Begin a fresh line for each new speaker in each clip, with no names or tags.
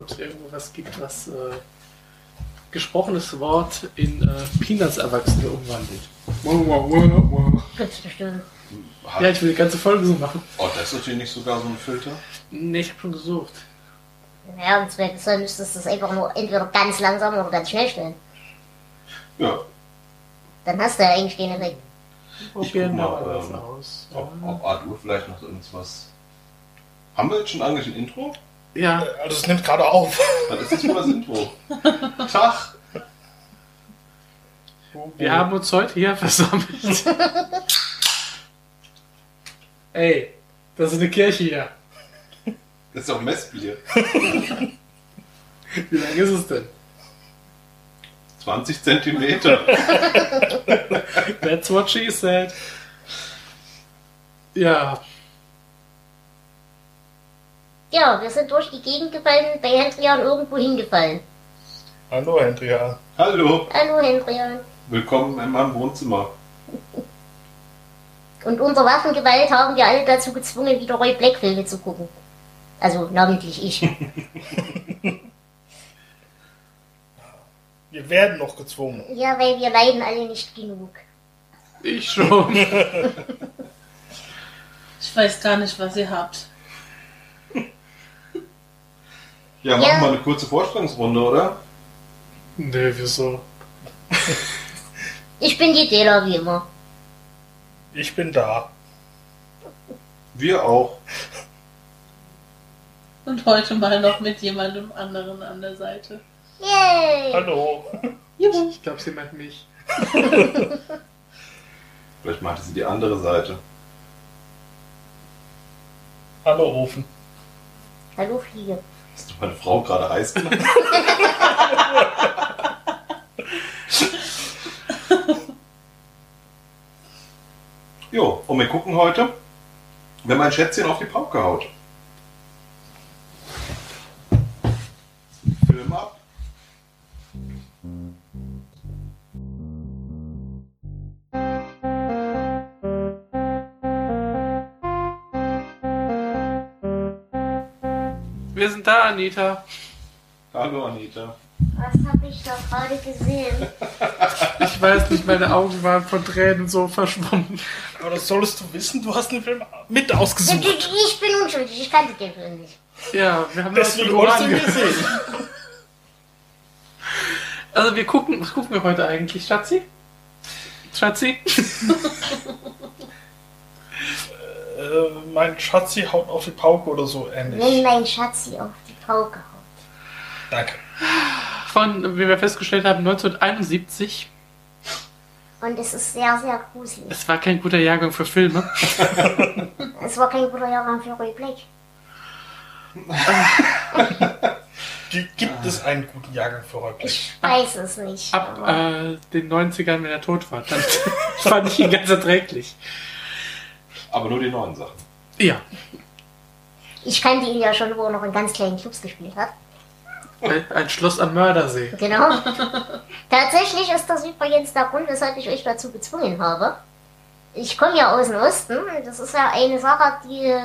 ob es irgendwas gibt, was äh, gesprochenes Wort in äh, Peanuts Erwachsene umwandelt.
Wow, wow, wow, wow.
Ganz bestimmt.
Ja, ich will die ganze Folge so machen.
Oh, das ist natürlich nicht sogar so ein Filter.
Nee, ich habe schon gesucht.
Ja, und wenn es soll, müsstest du es einfach nur entweder ganz langsam oder ganz schnell stellen.
Ja,
Dann hast du ja eigentlich den Effekt.
guck
Probieren wir
mal,
mal was
ähm,
aus.
ob, ob Arthur vielleicht noch irgendwas. Haben wir jetzt schon eigentlich ein Intro?
Ja,
Also es nimmt gerade auf.
Was ist das für das Intro? Tag!
wir haben uns heute hier versammelt. Ey, das ist eine Kirche hier.
Das ist doch Messbier.
Wie lange ist es denn?
20 Zentimeter.
That's what she said. Ja,
Ja, Genau, wir sind durch die Gegend gefallen, bei Hendrian irgendwo hingefallen.
Hallo, Andrea.
Hallo,
Hallo Hendrian.
willkommen in meinem Wohnzimmer.
Und unter Waffengewalt haben wir alle dazu gezwungen, wieder Roy Black Filme zu gucken. Also namentlich ich.
Wir werden noch gezwungen.
ja, weil wir leiden alle nicht genug.
ich schon.
Ich weiß gar nicht, was ihr habt.
Ja, machen wir
Ja.
mal eine kurze Vorstellungsrunde, oder?
nee, wieso?
Ich bin die Dela wie immer.
Ich bin da.
Wir auch.
Und heute mal noch mit jemandem anderen an der Seite.
Yay!
Hallo.
Juhu.
Ich glaube, sie meint mich.
Vielleicht meinte sie die andere Seite.
Hallo, Ofen.
Hallo Fliege.
Hast du meine Frau gerade heiß gemacht? jo, und wir gucken heute, wenn mein Schätzchen auf die Pauke haut. Film ab.
Wir sind da, Anita.
Hallo Anita.
Was habe ich da gerade gesehen?
Ich weiß nicht, meine Augen waren von Tränen so verschwommen.
Aber das solltest du wissen, du hast den Film mit ausgesucht.
ich bin unschuldig, ich kannte den Film nicht.
Ja, wir haben das
Deswegen
Büro
wolltest du ihn
ange-
nicht sehen.
Also wir gucken, was gucken wir heute eigentlich, Schatzi? Schatzi?
Äh, mein Schatzi haut auf die Pauke oder so
Wenn
ähnlich.
mein Schatz hier auf die Pauke haut.
Danke.
Von, wie wir festgestellt haben, 1971.
Und es ist sehr, sehr gruselig.
Es war kein guter Jahrgang für Filme.
Es war kein guter Jahrgang für Roy Black.
G gibt es einen guten Jahrgang für heute?
Ich weiß es nicht.
Ab
aber-
äh, den 90ern, wenn er tot war. Dann fand ich ihn ganz erträglich.
Aber nur die neuen Sachen.
Ja.
Ich kannte ihn ja schon, wo er noch in ganz kleinen Clubs gespielt hat.
Ein ein Schloss am Mördersee.
Genau. Tatsächlich ist das übrigens der Grund, weshalb ich euch dazu gezwungen habe. Ich komme ja aus dem Osten und das ist ja eine Sache, die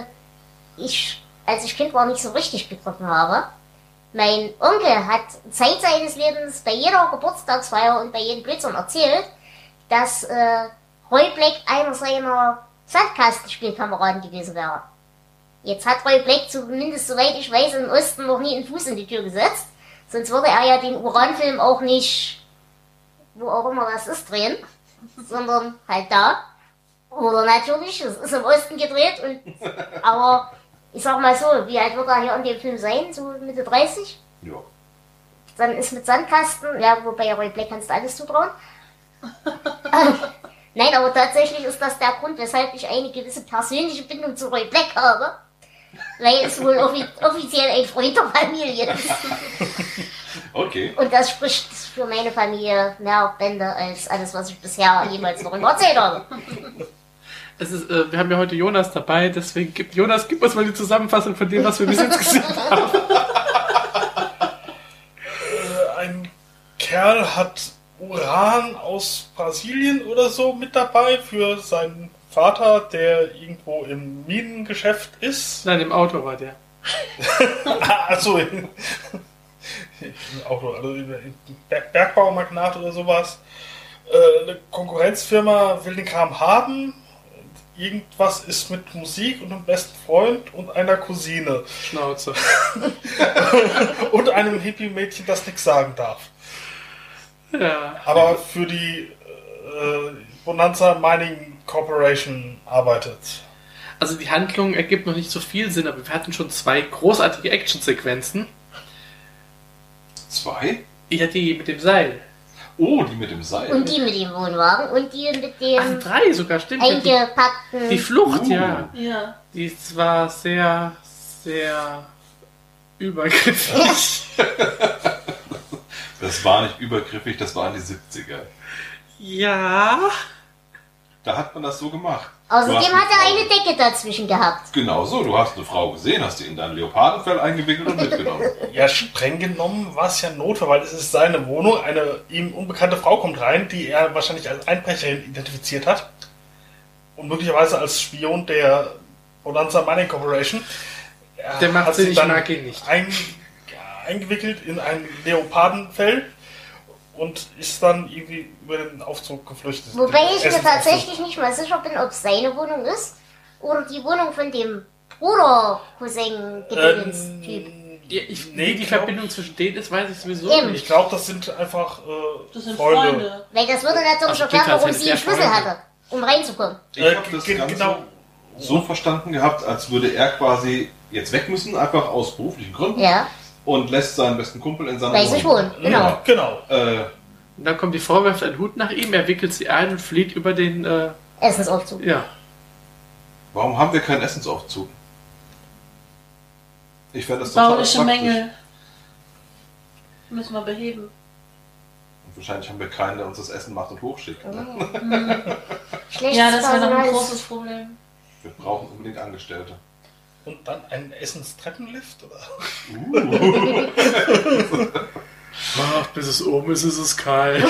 ich, als ich Kind war, nicht so richtig begriffen habe. Mein Onkel hat Zeit seines Lebens bei jeder Geburtstagsfeier und bei jedem Blödsinn erzählt, dass äh, Roy Black einer seiner Sandkastenspielkameraden gewesen wäre. Jetzt hat Roy Black zumindest, soweit ich weiß, im Osten noch nie einen Fuß in die Tür gesetzt. Sonst würde er ja den Uranfilm auch nicht, wo auch immer das ist, drehen, sondern halt da. Oder natürlich, es ist im Osten gedreht, und, aber ich sag mal so, wie alt wird er hier in dem Film sein? So Mitte 30?
Ja.
Dann ist mit Sandkasten, ja, wobei Roy Black kannst du alles zutrauen. Nein, aber tatsächlich ist das der Grund, weshalb ich eine gewisse persönliche Bindung zu Roy Black habe. Weil es wohl offi offiziell ein Freund der Familie ist.
Okay.
Und das spricht für meine Familie mehr Bände als alles, was ich bisher jemals noch darüber erzählt habe.
Es ist, äh, wir haben ja heute Jonas dabei, deswegen gibt Jonas, gib uns mal die Zusammenfassung von dem, was wir bis jetzt gesehen haben.
Äh, ein Kerl hat Uran aus Brasilien oder so mit dabei für seinen Vater, der irgendwo im Minengeschäft ist.
Nein, im Auto war der.
Ah, Achso, auch nur also Berg Bergbaumagnat oder sowas. Äh, Eine Konkurrenzfirma will den Kram haben. Irgendwas ist mit Musik und einem besten Freund und einer Cousine
Schnauze.
und einem Hippie-Mädchen, das nichts sagen darf.
Ja.
Aber für die äh, Bonanza Mining Corporation arbeitet.
Also die Handlung ergibt noch nicht so viel Sinn, aber wir hatten schon zwei großartige Actionsequenzen.
Zwei?
Ich hatte die mit dem Seil.
Oh, die mit dem Seil.
Und die mit dem Wohnwagen und die mit
Ach,
dem
drei sogar, stimmt. Die,
eingepackten.
die Flucht,
Uh.
ja.
Ja.
Die war sehr, sehr übergriffig.
Das war nicht übergriffig, das waren die 70er.
ja.
Da hat man das so gemacht. Du hast
Außerdem hat er
Frau-
eine Decke dazwischen gehabt.
Genau so, du hast eine Frau gesehen, hast sie in dein Leopardenfell eingewickelt und mitgenommen.
Ja, streng genommen war es ja Notfall, weil es ist seine Wohnung. Eine ihm unbekannte Frau kommt rein, die er wahrscheinlich als Einbrecherin identifiziert hat. Und möglicherweise als Spion der Bonanza Mining Corporation. Er
Der macht
hat
Sinn,
sie
ich
dann
mag ihn nicht.
Ein, eingewickelt in ein Leopardenfell und ist dann irgendwie über den Aufzug geflüchtet.
Wobei ich mir
Essensaufzug.
tatsächlich nicht mal sicher bin, ob es seine Wohnung ist oder die Wohnung von dem Bruder Cousin gedöns Typ.
Ähm,
Ja, ich,
nee,
wie die
ich glaub-
Verbindung zwischen denen ist, weiß ich sowieso
Eben.
Ich
nicht.
glaube, das sind einfach äh,
Das sind
Freunde.
Freunde.
Weil das würde natürlich
Also
erklären,
Peter
warum
ist
sie
ja
einen Schlüssel
Freund.
hatte, um reinzukommen.
Ich habe das
Äh, ge-
Ganze
genau.
so verstanden gehabt, als würde er quasi jetzt weg müssen, einfach aus beruflichen Gründen.
Ja,
Und lässt seinen besten Kumpel in seiner
weil sie schon, genau.
Ja, genau.
Äh,
Und dann kommt die Frau, wirft einen Hut nach ihm, er wickelt sie ein und flieht über den, äh,
Essensaufzug.
ja.
warum haben wir keinen Essensaufzug? Ich fände das total
Bauliche
praktisch.
Mängel. Müssen wir beheben.
Und wahrscheinlich haben wir keinen, der uns das Essen macht und hochschickt.
Oh.
Ne?
Schlechtes
Ja, das wäre noch ein
Personal.
großes Problem.
Wir brauchen unbedingt Angestellte.
Und dann einen Essenstreppenlift? Oder?
Uh,
Ach, bis es oben ist, ist es kalt.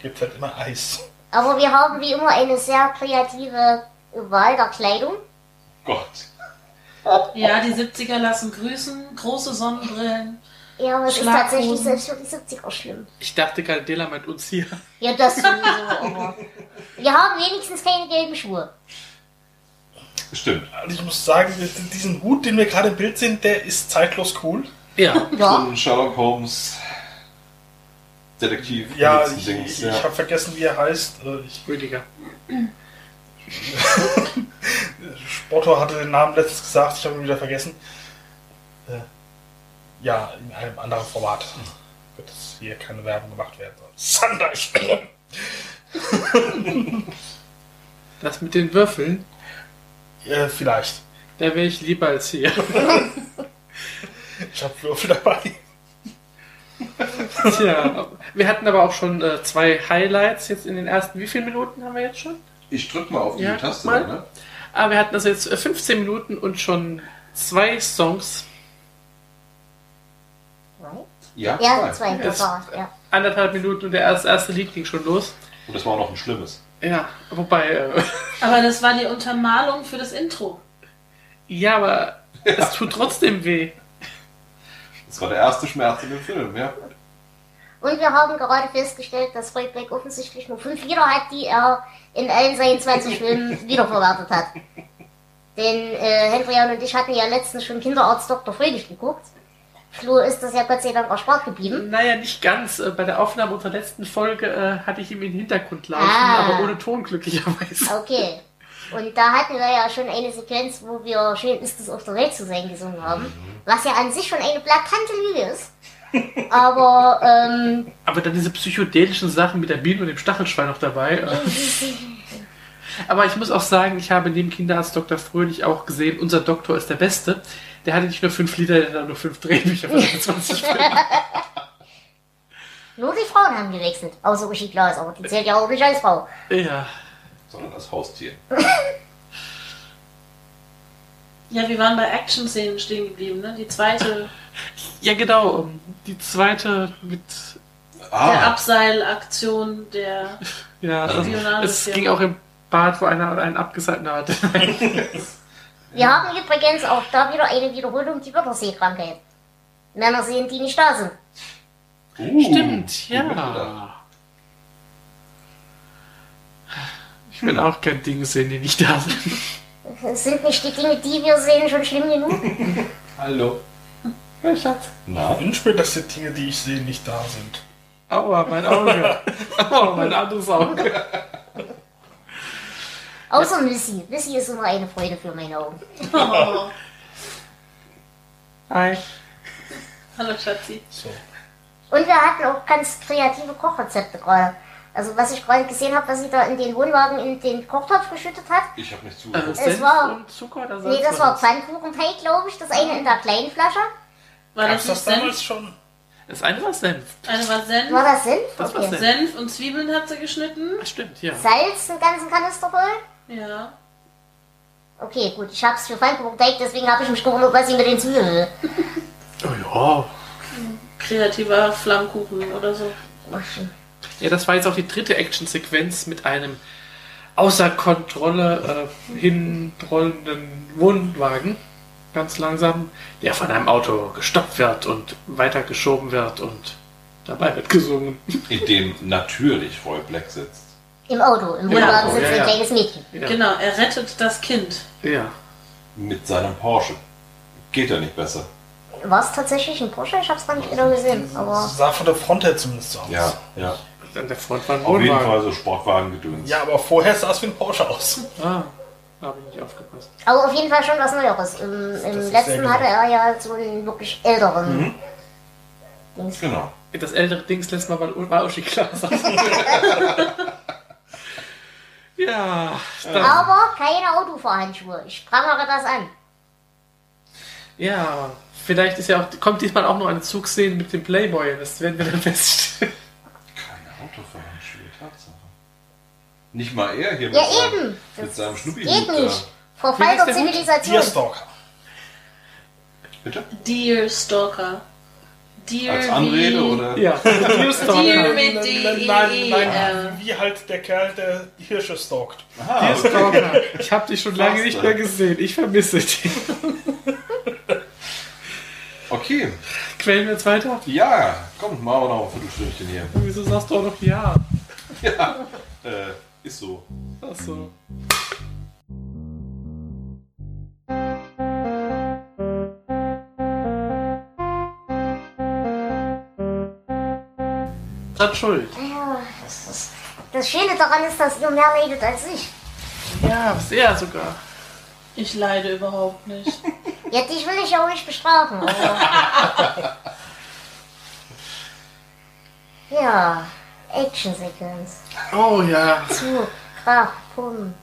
Gibt halt immer Eis.
Aber wir haben wie immer eine sehr kreative Wahl der Kleidung.
Gott.
Ja, die 70er lassen grüßen, große Sonnenbrillen.
Ja, aber es ist
Schlaghosen.
tatsächlich selbst für die 70er schlimm.
Ich dachte gerade, Dela meint uns hier.
Ja, das sowieso, aber. Wir haben wenigstens keine gelben Schuhe.
Stimmt.
Also ich muss sagen, diesen Hut, den wir gerade im Bild sehen, der ist zeitlos cool.
Ja.
So
Ja,
ein Sherlock Holmes Detektiv.
Ja, ich,
Dings,
ich,
ja.
ich habe vergessen, wie er heißt. Äh, Ich,
Rüdiger.
Spotto hatte den Namen letztens gesagt, ich habe ihn wieder vergessen. Äh, Ja, in einem anderen Format. Gut, dass hier keine Werbung gemacht werden soll. Sunday
Das mit den Würfeln,
äh, Vielleicht.
da wäre ich lieber als hier.
Ich habe Würfel dabei.
Tja. Wir hatten aber auch schon äh, zwei Highlights jetzt in den ersten, wie viele Minuten haben wir jetzt schon?
Ich drück mal auf die
Ja, guck
Taste.
mal.
Ne?
Ah, wir hatten also jetzt äh, 15 Minuten und schon zwei Songs,
Ja, zwei.
ja zwei, das
Jetzt-
war ja.
anderthalb Minuten und der erste, erste Lied ging schon los.
Und das war auch noch ein schlimmes.
Ja, wobei, äh,
Aber das war die Untermalung für das Intro.
ja, aber es tut trotzdem weh.
Das war der erste Schmerz in dem Film, ja.
Und wir haben gerade festgestellt, dass Frank Black offensichtlich nur fünf Lieder hat, die er in allen seinen 20 Filmen wiederverwertet hat. Denn äh, Hendrian und ich hatten ja letztens schon Kinderarzt Dr. Fröhlich geguckt. Flo ist das ja Gott sei Dank erspart geblieben.
Naja, nicht ganz. Äh, Bei der Aufnahme unserer letzten Folge äh, hatte ich ihn im Hintergrund laufen,
Ah.
aber ohne Ton glücklicherweise.
Okay. Und da hatten wir ja schon eine Sequenz, wo wir Schön ist es auf der Welt zu sein gesungen haben. Was ja an sich schon eine platante Lüge ist. Aber ähm,
Aber dann diese psychedelischen Sachen mit der Biene und dem Stachelschwein noch dabei. äh. Aber ich muss auch sagen, ich habe neben Kinderarzt Dr. Fröhlich auch gesehen, unser Doktor ist der Beste. Der hatte nicht nur fünf Lieder, der hatte nur fünf Drehbücher für seine 20 Filme.
nur die Frauen haben gewechselt. Außer Uschi Glas, aber die zählt ja auch nicht als Frau.
Ja.
Sondern das Haustier.
Ja, wir waren bei Action-Szenen stehen geblieben, ne? Die zweite,
ja, genau. ähm, Die zweite mit.
der
Ah,
Abseilaktion der.
Ja, das,
Spionage,
es
ja.
ging auch im Bad, wo einer einen abgesagt hat. Oh.
Wir haben übrigens auch da wieder eine Wiederholung, die Wörterseekrankheit. Männer sehen, die nicht da sind.
Uh,
Stimmt,
gut mitgedacht.
ja. Ich will auch kein Ding sehen, die nicht da sind.
Sind nicht die Dinge, die wir sehen, schon schlimm genug?
Hallo.
Ja, Schatz.
Na?
Wünsch mir, dass die Dinge, die ich sehe, nicht da sind.
Aua, mein Auge. Aua, mein anderes Auge.
Außer Missy. Missy ist immer eine Freude für meine Augen.
Oh.
Hi.
Hallo Schatzi.
So.
Und wir hatten auch ganz kreative Kochrezepte gerade. Also was ich gerade gesehen habe, was sie da in den Wohnwagen in den Kochtopf geschüttet hat.
Ich habe nicht
Also
zugehört.
Senf
war-
und Zucker oder
Nee,
sonst
das war
was?
Pfannkuchenteig, glaube ich. Das eine in der kleinen Flasche.
War
Gab
das
es
nicht
das damals
Senf?
schon?
Das eine war Senf.
Eine war
War
Senf.
das Senf?
Das war Senf.
Senf und Zwiebeln hat sie geschnitten.
Das stimmt, ja.
Salz, einen ganzen Kanister voll.
Ja.
Okay, gut, ich hab's für Pfannkuchenteig, deswegen habe ich mich gewundert, was sie mit den Zwiebeln will.
Oh
Kreativer Flammkuchen oder so.
ja. Ja, das war jetzt auch die dritte Actionsequenz mit einem außer Kontrolle äh, hinrollenden Wohnwagen. Ganz langsam, der von einem Auto gestoppt wird und weitergeschoben wird und dabei wird gesungen.
In dem natürlich Roy Black sitzt.
Im Auto, im
Ja,
Wohnwagen
oh,
sitzt
ja,
ein
ja.
kleines Mädchen.
Ja.
Genau, er rettet das Kind.
Ja.
Mit seinem Porsche. Geht er nicht besser.
War es tatsächlich ein Porsche? Ich hab's gar nicht genau gesehen. Aber
Sah von der Front her zumindest so aus.
Ja, ja.
An der Front war ein
Auf jeden
Wohnwagen.
Fall so Sportwagen-Gedöns.
Ja, aber vorher sah es wie ein Porsche aus.
Ah, da habe ich nicht aufgepasst.
Aber auf jeden Fall schon was Neueres. Im,
ist
im
sehr
letzten
genau.
hatte er ja so einen wirklich älteren. Dings.
Genau.
Das ältere Dings lässt man mal war Uschi Glaser. ja, dann,
Aber keine Autofahrhandschuhe. Ich prangere das an.
ja, vielleicht ist ja auch, kommt diesmal auch noch eine Zugszene mit dem Playboy, das werden wir dann feststellen.
Keine Autofahrhandschuhe, Tatsache. Nicht mal er hier
Ja,
mit, seinem-
eben.
mit seinem schnuppi
Geht nicht.
Wie
Verfall
ist
der
der Hut?
Zivilisation.
Deerstalker.
Bitte?
Dear Stalker. Dear
Als Anrede
wie-
oder?
Ja,
Dear
Deerstalker.
mit D
Nein,
E
nein,
E
nein.
R.
Wie halt der Kerl, der die Hirsche stalkt.
Aha, okay.
Deerstalker. Ich habe dich schon lange
Fast,
nicht
ne?
mehr gesehen, ich vermisse dich.
okay.
Quälen wir jetzt weiter?
Ja, komm, machen wir noch ein Viertelstündchen hier.
Wieso sagst du auch noch ja?
Äh, ist so.
Achso. Dann schuld.
Ja, das, ist, das Schöne daran ist, dass ihr mehr redet als ich.
Ja, sehr sogar.
Ich leide überhaupt nicht.
Ja, dich will ich ja auch nicht bestrafen. Aber ja, Action-Sequenz.
Oh ja.
Zug, Krach, Pumpen.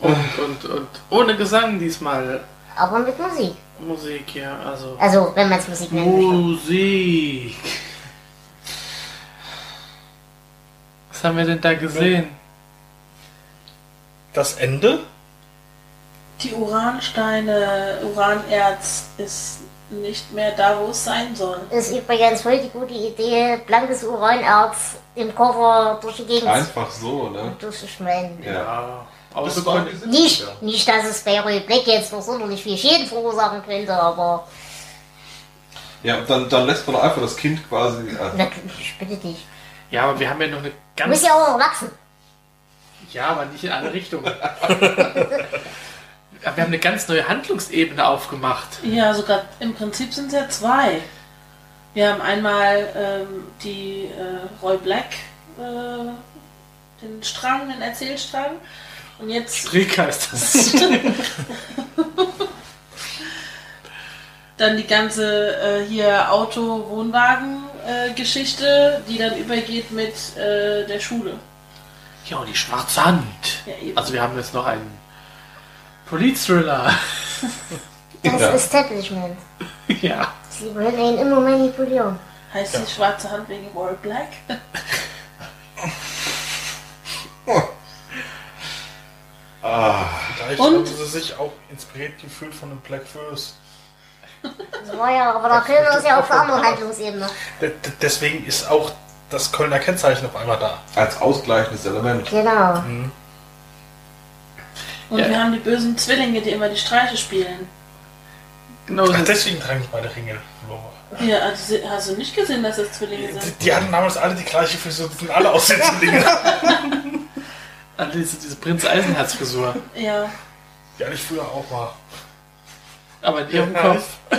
Und, und, und ohne Gesang diesmal.
Aber mit Musik.
Musik, ja, also.
Also, wenn man es Musik
Hm.
nennt.
Musik. Was haben wir denn da gesehen?
Das Ende?
Die Uransteine, Uranerz ist nicht mehr da, wo es sein soll.
Ist übrigens voll die gute Idee, blankes Uranerz im Koffer durch die Gegend
Einfach so, ne?
durchzuschmeiden.
Ja.
Außer
Das waren
Kon-
die 70er.
Nicht, nicht, dass es bei Roy Black jetzt noch sonderlich viel Schäden verursachen könnte, aber
Ja, und dann, dann lässt man einfach das Kind quasi. Äh,
na, ich bitte dich.
ja, aber wir haben ja noch eine
Du
ganz
musst ja auch noch wachsen.
Ja, aber nicht in alle Richtungen. Aber wir haben eine ganz neue Handlungsebene aufgemacht.
Ja, sogar im Prinzip sind es ja zwei. Wir haben einmal ähm, die äh, Roy Black, äh, den Strang, den Erzählstrang. Und jetzt
Strick heißt das.
Dann die ganze äh, hier Auto-Wohnwagen-Geschichte, die dann übergeht mit äh, der Schule.
ja, und die schwarze Hand.
Ja, eben.
Also wir haben jetzt noch einen Police-Thriller.
Das
Ja.
Establishment.
ja.
Sie wollen ihn immer manipulieren.
Heißt die schwarze Hand wegen Roy Black?
ah,
Vielleicht
Und?
haben sie sich auch inspiriert gefühlt von dem Black First.
Das war ja, aber der Kölner ist ja auf der anderen Handlungsebene.
De- de- Deswegen ist auch das Kölner Kennzeichen auf einmal da.
als ausgleichendes Element.
Genau.
Und
Ja.
wir haben die bösen Zwillinge, die immer die Streiche spielen.
Genau so.
Ach, deswegen tragen die beide Ringe. Logo.
Ja, also, hast du nicht gesehen, dass das Zwillinge
Die,
sind?
die hatten damals alle die gleiche Frisur, die sind alle aussetzen Dinge.
Alle diese, diese Prinz Eisenherz-Frisur.
Ja.
Ja, ich früher auch mal.
Aber in ihrem
Ja,
Kopf.
ich-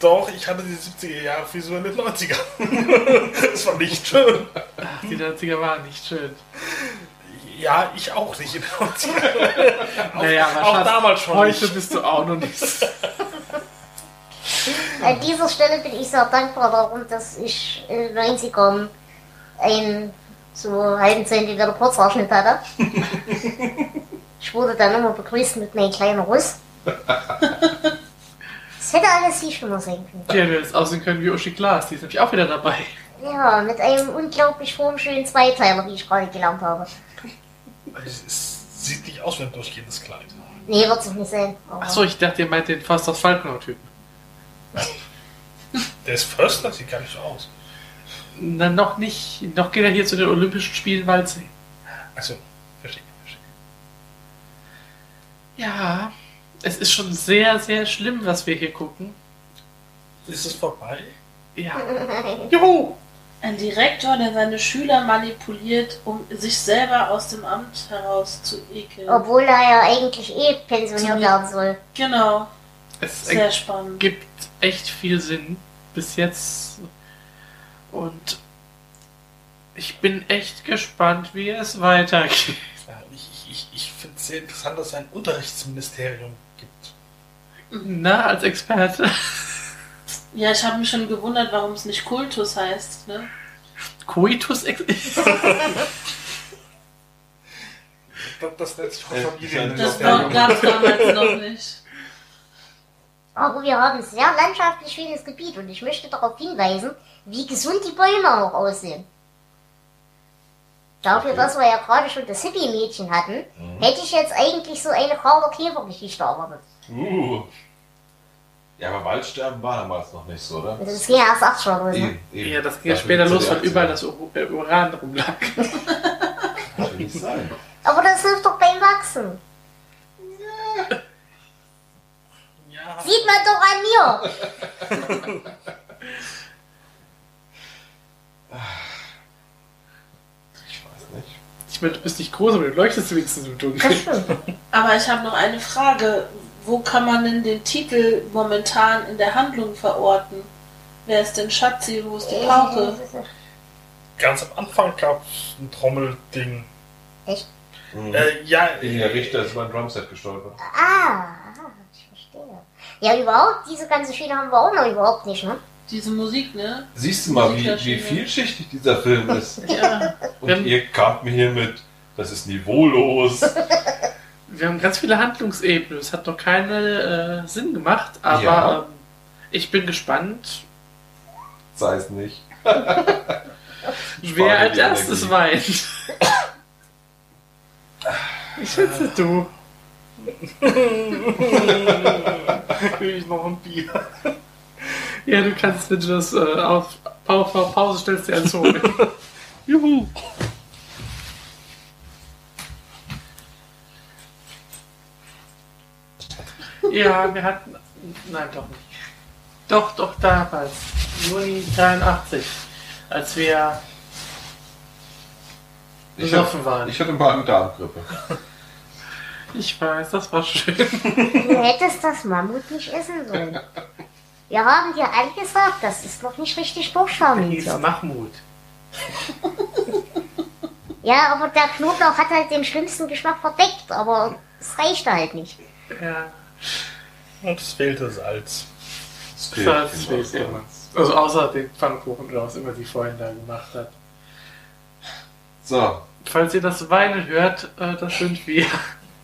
Doch, ich hatte die 70er Jahre Frisur in den 90ern. das war nicht schön.
Ach, die 90er waren nicht schön.
Ja, ich auch nicht in den 90ern.
Naja, aber
auch
Schatz,
damals schon
Heute
nicht.
bist du auch noch nicht.
An dieser Stelle bin ich sehr dankbar darum, dass ich in den 90ern einen so halben Zentimeter Kurzhaarschnitt hatte. Ich wurde dann immer begrüßt mit meinem kleinen Russ. Das hätte alles viel schlimmer sein können.
Die hätte jetzt aussehen können wie Uschi Glas. Die ist nämlich auch wieder dabei.
Ja, mit einem unglaublich formschönen Zweiteiler, wie ich gerade gelernt habe.
Es, es sieht nicht aus wie ein durchgehendes Kleid.
Nee, wird es nicht sein.
Ah.
Aber
Achso, ich dachte, ihr meint den Faust aus Falkenau-Typen.
Der ist First, das sieht gar nicht so aus.
Na, noch nicht. Noch geht er hier zu den Olympischen Spielen Waldsee.
Achso, Also, verstehe, verstehe.
Ja, es ist schon sehr, sehr schlimm, was wir hier gucken.
Ist es vorbei?
Ja. Juhu!
Ein Direktor, der seine Schüler manipuliert, um sich selber aus dem Amt heraus zu ekeln.
Obwohl er ja eigentlich eh pensioniert
Zum-
werden soll.
Genau,
Es
sehr spannend.
gibt echt viel Sinn bis jetzt. Und ich bin echt gespannt, wie es weitergeht.
Ja, ich ich, ich, ich finde es sehr interessant, dass es ein Unterrichtsministerium gibt.
Na, als Experte.
Ja, ich habe mich schon gewundert, warum es nicht Kultus heißt. Ne?
Coitus Ex
Das, das nennt sich
Äh,
Das
Ja, ja.
gab es damals noch nicht.
Aber wir haben sehr landschaftlich schönes Gebiet und ich möchte darauf hinweisen, wie gesund die Bäume auch aussehen. Dafür, dass wir ja gerade schon das Hippie-Mädchen hatten, hätte ich jetzt eigentlich so eine Carver-Käfer-Geschichte erwartet.
Uh. Ja, aber Waldsterben war damals noch nicht so, oder?
Also das ging ja erst acht schon los. Ne?
eben.
Ja, das ging ja
Dafür
später los,
gibt's die
weil
80er.
überall das Ur- äh, Uran rumlag.
Kann nicht sein.
Aber das hilft doch beim Wachsen.
Ja,
Sieht man doch an mir.
Ich weiß nicht.
Ich meine, du bist nicht groß, aber du leuchtest wenigstens im
Das
Dunkeln.
stimmt.
Aber ich habe noch eine Frage. Wo kann man denn den Titel momentan in der Handlung verorten? Wer ist denn Schatzi? Wo ist die Pauke?
ganz am Anfang gab es ein Trommelding.
Mhm.
Äh, ja,
Wegen der Richter ist über ein Drumset gestolpert.
Ah, ah, ich verstehe. Ja, überhaupt, diese ganze Schiene haben wir auch noch überhaupt nicht, ne?
Diese Musik, ne?
Siehst du mal, wie,
Sicher schön,
wie
ja.
vielschichtig dieser Film ist.
Ja. Wir
Und
haben-
ihr kamt mir hier mit, das ist niveaulos.
Wir haben ganz viele Handlungsebenen. Es hat noch keinen äh, Sinn gemacht, aber
Ja.
ähm, ich bin gespannt,
Sei es nicht.
wer
dir
als
die
erstes
Energie.
weint. ich schätze du.
will ich noch ein Bier.
Ja, du kannst, wenn du das äh, auf Pau- Pau- Pause stellst, dir eins holen. Juhu. Ja, wir hatten. Nein, doch nicht. Doch, doch, damals. Juni 83. Als wir
Ich
Besoffen
hab-
waren.
Ich hatte mal eine Darmgrippe.
Ich weiß, das war schön.
Du hättest das Mammut nicht essen sollen. Wir haben dir alle gesagt, das ist noch nicht richtig buchstabenlos.
Hieß Mahmoud.
Ja, aber der Knoblauch hat halt den schlimmsten Geschmack verdeckt, aber es reicht halt nicht.
Ja,
Und es fehlte Salz.
Das
das
fehlt
war
ihm
das Schwächste
auch.
immer. Also außer den Pfannkuchen oder was immer die vorhin da gemacht hat.
So,
Falls ihr das Weinen hört, äh, das sind wir.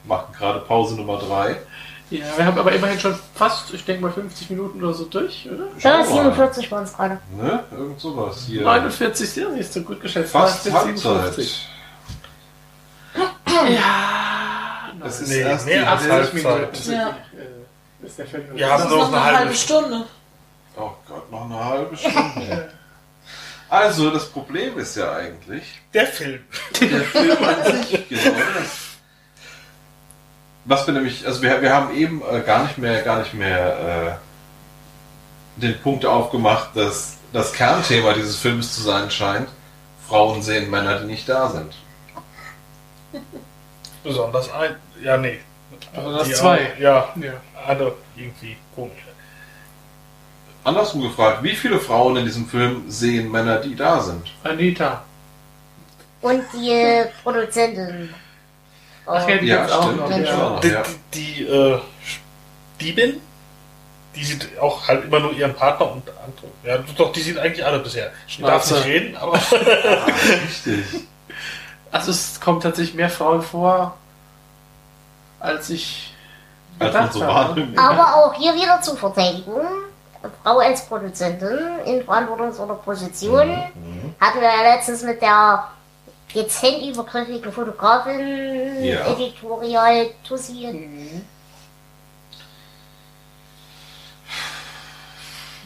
machen gerade Pause Nummer 3.
Ja, wir haben aber immerhin schon fast, ich denke mal 50 Minuten oder so durch, oder?
Ja, 47 waren es gerade.
Ne? Irgend sowas hier.
49, ja, siehst du, gut geschätzt.
Fast
19,
Halbzeit.
Ja, nein.
Es ist
Nee,
erst
mehr
die
als
80
Halbzeit.
halb.
Minuten.
Ja.
Äh, Ist der Film
Ja,
Das
Haben
ist
wir
noch
noch
eine
eine
halbe
halbe
Stunde.
Oh Gott, noch eine halbe Stunde. also, das Problem ist ja eigentlich,
Der Film.
der Film an sich, genau. Was wir nämlich, also wir, wir haben eben äh, gar nicht mehr, gar nicht mehr den Punkt aufgemacht, dass das Kernthema dieses Films zu sein scheint, Frauen sehen Männer, die nicht da sind.
Besonders ein. Ja, nee.
Besonders
Die
also zwei.
auch- Ja,
Ja.
alle irgendwie komisch.
Andersrum gefragt, wie viele Frauen in diesem Film sehen Männer, die da sind?
Anita.
Und die äh, Produzentin.
Ach ja, die
Ja,
gibt's auch
stimmt,
noch.
die gibt's
Ja.
auch
Ach,
Die,
ja.
die, die äh, Diebin, die sieht auch halt immer nur ihren Partner und andere. Ja, doch, die sieht eigentlich alle bisher. Ich darf
Schnauze.
nicht reden, aber
Richtig.
Also es kommen tatsächlich mehr Frauen vor, als ich
Als man
gedacht
so
habe.
wahrnimmt.
Aber auch hier wieder zur Verteidigung. Frau als Produzentin in verantwortungsvoller Position. Hatten wir ja letztens mit der dezent übergriffigen Fotografin,
Ja.
Editorial Tussi.
Mhm.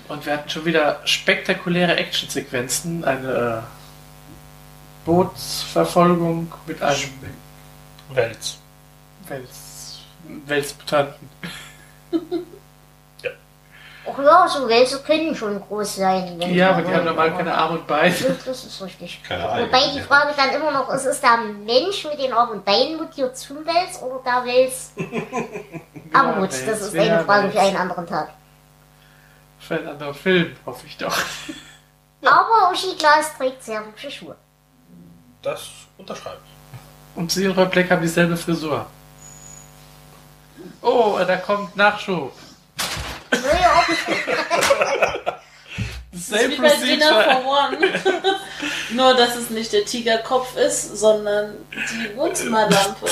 Und wir hatten schon wieder spektakuläre Actionsequenzen, eine äh, Bootsverfolgung mit einem
Wels.
Wels, Welsmutanten.
Auch ja, so welche können schon groß sein. wenn
Ja, aber die
wollen,
haben normal keine Arme und Beine.
Ja, Das ist richtig.
Keine Ahnung.
Wobei die Frage dann immer noch ist, ist der Mensch mit den Armen und Beinen mutiert zum Wels oder der Wels? Aber
Ja,
gut,
Genau, Wels,
das ist
ja,
eine Frage
Wels.
für einen anderen Tag.
Für einen anderen Film, hoffe ich doch.
Aber Uschi Glas trägt sehr hübsche Schuhe.
Das unterschreibe ich.
Und sie und Roy Black haben dieselbe Frisur. Oh, da kommt Nachschub.
Naja, auch
Das ist
Same
wie bei Dinner
Procedure.
for One. Nur, dass es nicht der Tigerkopf ist, sondern die Wohnzimmerlampe.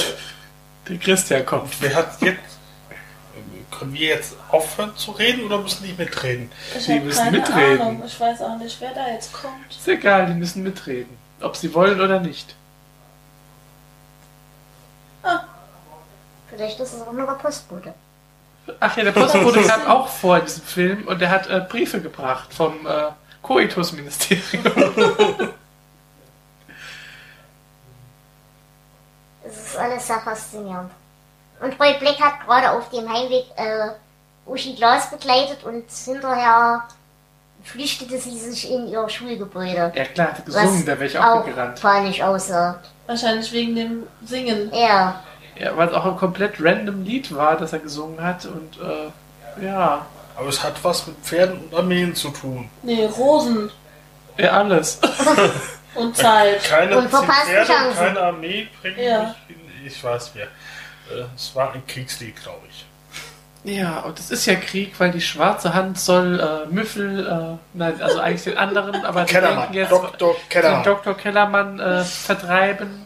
Der Christian kommt.
Wer hat jetzt. äh, Können wir jetzt aufhören zu reden oder müssen die mitreden?
Ich
Die
habe
müssen
keine
mitreden.
Ahnung. Ich weiß auch nicht, wer da jetzt kommt.
Ist egal, die müssen mitreden. Ob sie wollen oder nicht.
Vielleicht ist es auch nur der Postbote.
Ach ja, der Postbote kam auch vor in diesem Film und der hat äh, Briefe gebracht vom äh, Koitusministerium.
Es ist alles sehr faszinierend. Und Roy Black hat gerade auf dem Heimweg äh, Uschi Glas begleitet und hinterher flüchtete sie sich in ihr Schulgebäude.
Ja klar, hat gesungen, da wäre ich auch gerannt.
panisch aussah.
Wahrscheinlich wegen dem Singen.
Ja,
Ja, weil es auch ein komplett random Lied war, das er gesungen hat und äh, ja,
Aber es hat was mit Pferden und Armeen zu tun.
Nee, Rosen
ja alles.
und Zeit.
Keine
Und verpassten
Pferde und
Chancen.
keine Armee bringen
Ja.
mich in, Ich weiß mehr. Äh, Es war ein Kriegslied, glaube ich.
Ja, und es ist ja Krieg, weil die schwarze Hand soll äh, Müffel, äh, nein, also eigentlich den anderen, aber die denken jetzt
Dr.
den Dr. Kellermann äh, vertreiben,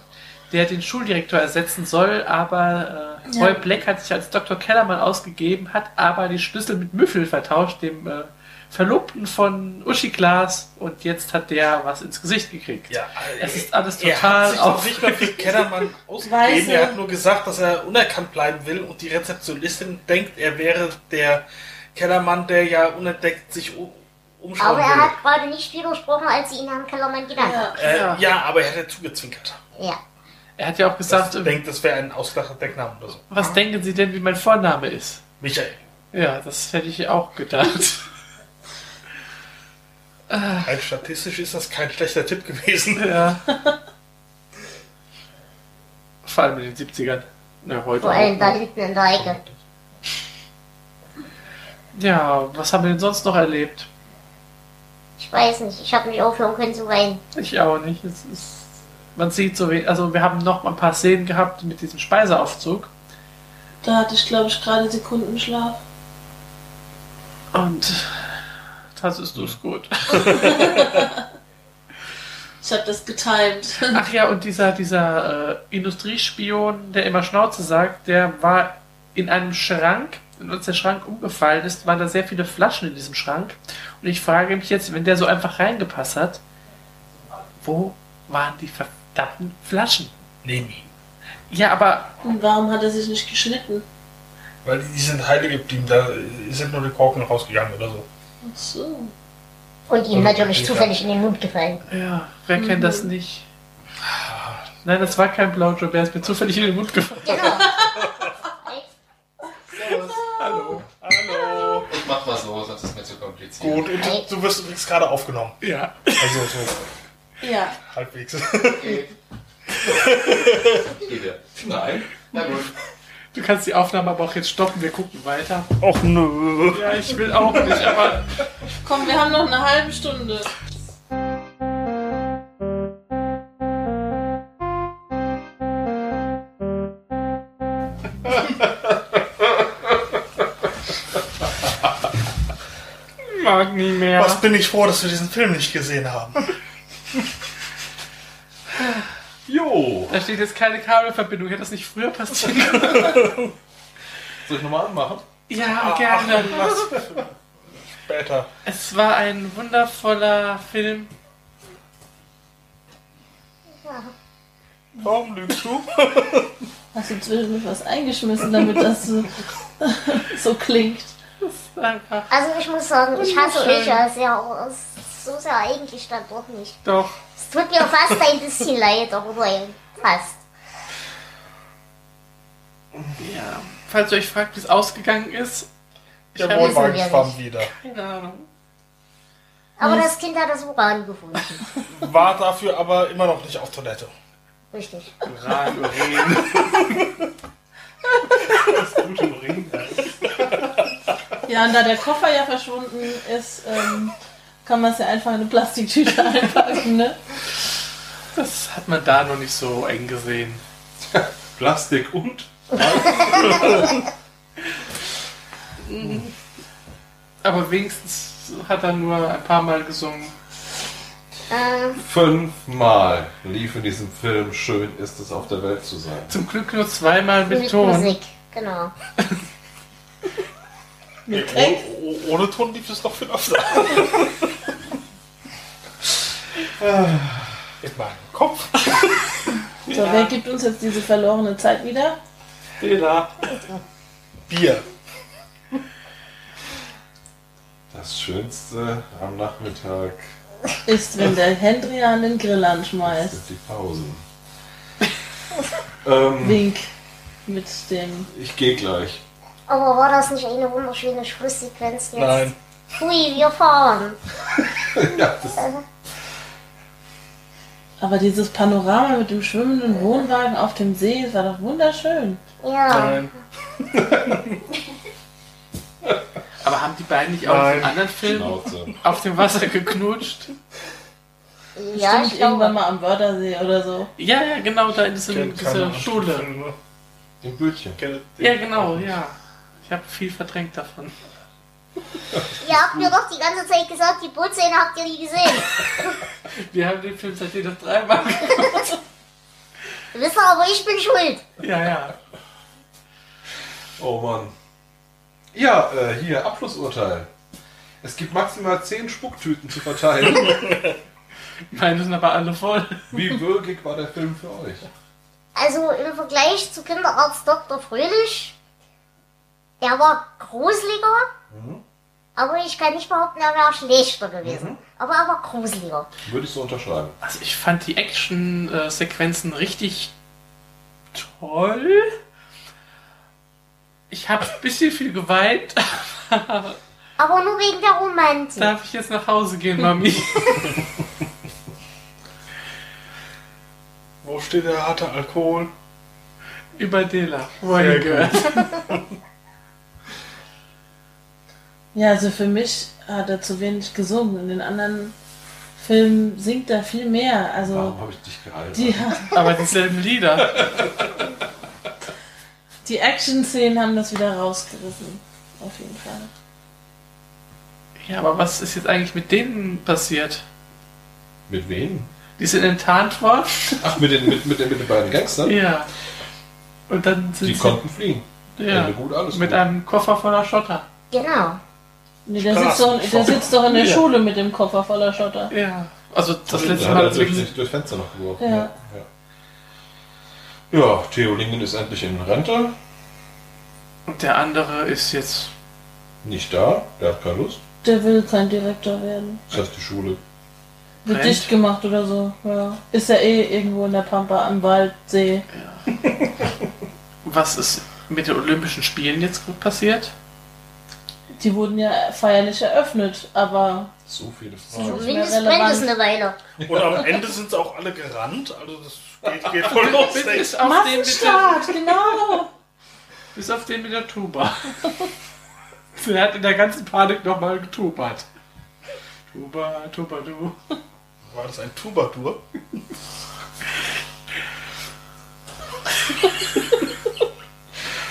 der den Schuldirektor ersetzen soll, aber äh,
Ja.
Roy Black hat sich als Dr. Kellermann ausgegeben, hat aber die Schlüssel mit Müffel vertauscht, dem äh, Verlobten von Uschi Glas, und jetzt hat der was ins Gesicht gekriegt.
Ja, äh,
Es ist alles
er hat
total
sich noch
auf.
nicht mal für Kellermann ausgegeben.
Weiße-
Er hat nur gesagt, dass er unerkannt bleiben will und die Rezeptionistin denkt, er wäre der Kellermann, der ja unentdeckt sich u- umschauen
aber
will.
er hat gerade nicht widersprochen, als sie ihn am Kellermann genannt
Ja.
hat.
äh,
Ja.
ja. aber er hat ja zugezwinkert.
Ja.
Er hat ja auch
Dass
gesagt,
er denkt, das wäre ein ausgedachter Deckname oder so.
was denken Sie denn, wie mein Vorname ist?
Michael.
Ja, das hätte ich auch gedacht.
Rein statistisch ist das kein schlechter Tipp gewesen.
ja. Vor allem in den 70ern. Na, heute
Vor
auch
allem da
noch.
hinten in der Ecke.
Ja, was haben wir denn sonst noch erlebt?
Ich weiß nicht, ich habe nicht aufhören können zu weinen.
Ich auch nicht. Es ist, man sieht so wenig. Also, wir haben noch mal ein paar Szenen gehabt mit diesem Speiseaufzug.
Da hatte ich, glaube ich, gerade Sekundenschlaf.
Und das ist das gut.
Ich habe das getimt.
Ach ja, und dieser, dieser äh, Industriespion, der immer Schnauze sagt, der war in einem Schrank. Und als der Schrank umgefallen ist, waren da sehr viele Flaschen in diesem Schrank. Und ich frage mich jetzt, wenn der so einfach reingepasst hat, wo waren die verdammten Flaschen?
Neben ihm.
Ja, aber
Und warum hat er sich nicht geschnitten?
Weil die, die sind heile geblieben, da äh, sind nur die Korken rausgegangen oder so.
Ach so.
Und ihm
Und
natürlich
ich
zufällig in den Mund gefallen.
Ja, wer kennt
Mhm.
das nicht? Nein, das war kein Blowjob, der ist mir zufällig in den Mund gefallen.
Genau.
Hallo.
Ich mach mal so, sonst ist mir zu zu kompliziert.
Gut, und du, du wirst übrigens gerade aufgenommen.
Ja.
Also so
Ja.
halbwegs.
Okay. Geht er? Nein. Na gut.
Du kannst die Aufnahme aber auch jetzt stoppen, wir gucken weiter.
Och nö.
Ja, ich will auch nicht, aber
Komm, wir haben noch eine halbe Stunde.
mag nie mehr.
Was bin ich froh, dass wir diesen Film nicht gesehen haben.
Jo.
Da steht jetzt keine Kabelverbindung, hätte das nicht früher passieren können?
Soll ich nochmal anmachen?
Ja, gerne.
Später.
Es war ein wundervoller Film.
Warum lügst du?
Hast du zwischendurch was eingeschmissen, damit das so, so klingt?
Es war Einfach.
Also ich muss sagen, ich hasse
Wunderschön.
euch ja sehr. aber es- So sehr eigentlich dann doch nicht.
Doch.
Es tut mir fast ein bisschen leid darüber. Fast.
Ja. Falls ihr euch fragt, wie es ausgegangen ist,
Der
hab-
Wohnwagen
wissen wir
schwamm wieder.
keine Ahnung.
Aber
Was?
das Kind hat das Uran gefunden.
War dafür aber immer noch nicht auf Toilette.
Richtig.
Uran, Urin. das gute Urin.
Ja, und da der Koffer ja verschwunden ist, ähm, kann man es ja einfach in eine Plastiktüte einpacken, ne?
Das hat man da noch nicht so eng gesehen.
Plastik und?
Aber wenigstens hat er nur ein paar Mal gesungen.
Äh,
Fünfmal lief in diesem Film Schön ist es auf der Welt zu sein.
Zum Glück nur zweimal mit,
mit
Ton.
Musik. Genau.
Nee,
Mit Text.
oh- oh- ohne Ton lief es noch viel öfter. In meinem Kopf.
So, wer gibt uns jetzt diese verlorene Zeit wieder?
Fehler.
Bier.
Das Schönste am Nachmittag
Ist, wenn der Hendrian den Grill anschmeißt.
sind die Pausen. ähm,
Wink mit dem.
ich gehe gleich.
Aber war das nicht eine wunderschöne Schlusssequenz jetzt?
Nein.
Hui, wir fahren.
ja, das
Aber dieses Panorama mit dem schwimmenden Wohnwagen auf dem See es war doch wunderschön.
Ah.
Ja.
Nein.
Aber haben die beiden nicht auch in einem
Nein.
anderen Film
Schnauze.
auf dem Wasser geknutscht?
Ja, ich
Stimmt,
glaube.
irgendwann mal am Wörthersee oder so.
Ja, ja, genau, da in diesem,
Kennt
dieser
keiner.
Schule.
Im Bötchen.
Kennt-
Ja, genau, ja. Ich habe viel verdrängt davon.
Ihr habt mir doch die ganze Zeit gesagt, die Bootszene habt ihr nie gesehen.
Wir haben den Film seitdem noch dreimal geguckt.
Wisst ihr, aber ich bin schuld.
Ja, ja.
Oh Mann. Ja, äh, hier, Abschlussurteil. Es gibt maximal 10 Spucktüten zu verteilen.
Meine sind aber alle voll.
Wie würgig war der Film für euch?
Also im Vergleich zu Kinderarzt Dr. Fröhlich, er war gruseliger,
Mhm.
aber ich kann nicht behaupten, er wäre schlechter gewesen. Aber er war gruseliger.
Würde ich so unterschreiben.
Also ich fand die Action-Sequenzen richtig toll. Ich habe ein bisschen viel geweint.
Aber nur wegen der Romantik.
Darf ich jetzt nach Hause gehen, Mami?
Wo steht der harte Alkohol?
Über Dela. Woher
Sehr
gehört.
Ja, also für mich hat er zu wenig gesungen. In den anderen Filmen singt er viel mehr. Also
Warum habe ich dich
die,
gehalten?
Aber dieselben Lieder.
die Action-Szenen haben das wieder rausgerissen. Auf jeden Fall.
Ja, aber was ist jetzt eigentlich mit denen passiert?
Mit wem?
Die sind enttarnt worden?
Ach, mit den, mit, mit, den, mit den beiden Gangstern?
Ja. Und dann sind
Die konnten fliehen.
sie ja,
Ende gut, alles
mit
gut.
einem Koffer voller Schotter.
Genau.
Nee, der,
Krass.
sitzt doch, der sitzt doch in der
Ja.
Schule mit dem Koffer voller Schotter.
Ja. Also das letzte
Da hat
Mal
er
als
durch,
wirklich
durch, durch Fenster noch geworfen.
Ja.
ja. ja, Theo Lingen ist endlich in Rente.
Und der andere ist jetzt.
Nicht da, der hat keine Lust.
Der will kein Direktor werden.
Das heißt, die Schule.
Wird
Brennt.
dicht gemacht oder so. Ja. Ist ja eh irgendwo in der Pampa am Waldsee.
Was ist mit den Olympischen Spielen jetzt passiert?
Die wurden ja feierlich eröffnet, aber
So viele Fragen.
Zumindest
relevant.
brennt es eine Weile.
Und am Ende sind sie auch alle gerannt. Also das geht, geht voll los. ey.
Bis auf, den mit der,
Massenstart, genau.
bis auf den mit der Tuba. Der hat in der ganzen Panik nochmal getubert. Tuba, Tuba, du.
War das ein Tubadur?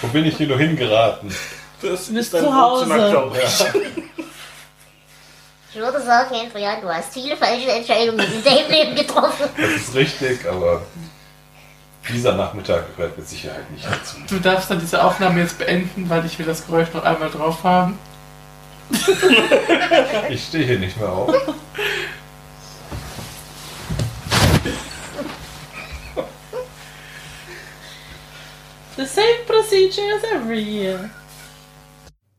Wo bin ich hier nur hingeraten?
Das
Nicht
ist ein
zu Hause.
Wohnzimmer, glaub ich.
Ich würde sagen, Adrian, du hast viele falsche Entscheidungen in deinem Leben getroffen.
Das ist richtig, aber dieser Nachmittag gehört mit Sicherheit nicht dazu.
Du darfst dann diese Aufnahme jetzt beenden, weil ich will das Geräusch noch einmal drauf haben.
Ich stehe hier nicht mehr auf.
The same procedure as every year.